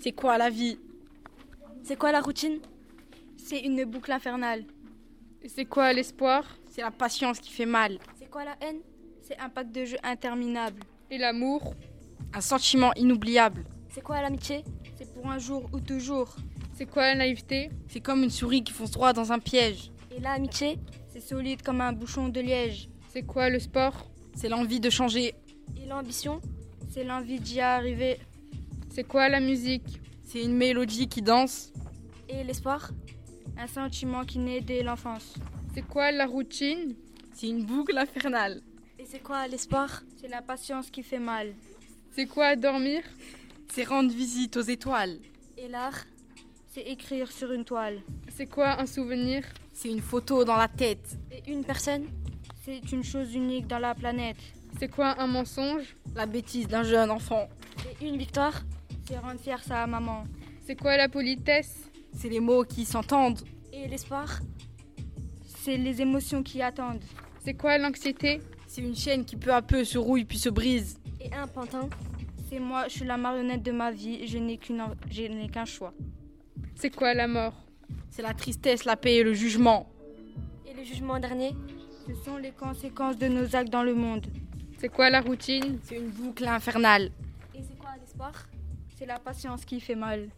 C'est quoi la vie C'est quoi la routine C'est une boucle infernale. C'est quoi l'espoir C'est la patience qui fait mal. C'est quoi la haine C'est un pack de jeu interminable. Et l'amour Un sentiment inoubliable. C'est quoi l'amitié C'est pour un jour ou toujours. C'est quoi la naïveté C'est comme une souris qui fonce droit dans un piège. Et l'amitié C'est solide comme un bouchon de liège. C'est quoi le sport C'est l'envie de changer. Et l'ambition C'est l'envie d'y arriver. C'est quoi la musique C'est une mélodie qui danse. Et l'espoir Un sentiment qui naît dès l'enfance. C'est quoi la routine C'est une boucle infernale. Et c'est quoi l'espoir C'est la patience qui fait mal. C'est quoi dormir C'est rendre visite aux étoiles. Et l'art C'est écrire sur une toile. C'est quoi un souvenir C'est une photo dans la tête. Et une personne C'est une chose unique dans la planète. C'est quoi un mensonge La bêtise d'un jeune enfant. Et une victoire C'est rendre fier sa maman. C'est quoi la politesse C'est les mots qui s'entendent. Et l'espoir C'est les émotions qui attendent. C'est quoi l'anxiété C'est une chaîne qui peu à peu se rouille puis se brise. Et un pantin C'est moi, je suis la marionnette de ma vie. Je n'ai qu'une, en- je n'ai qu'un choix. C'est quoi la mort C'est la tristesse, la paix et le jugement. Et le jugement dernier Ce sont les conséquences de nos actes dans le monde. C'est quoi la routine C'est une boucle infernale. Et c'est quoi l'espoir C'est la patience qui fait mal.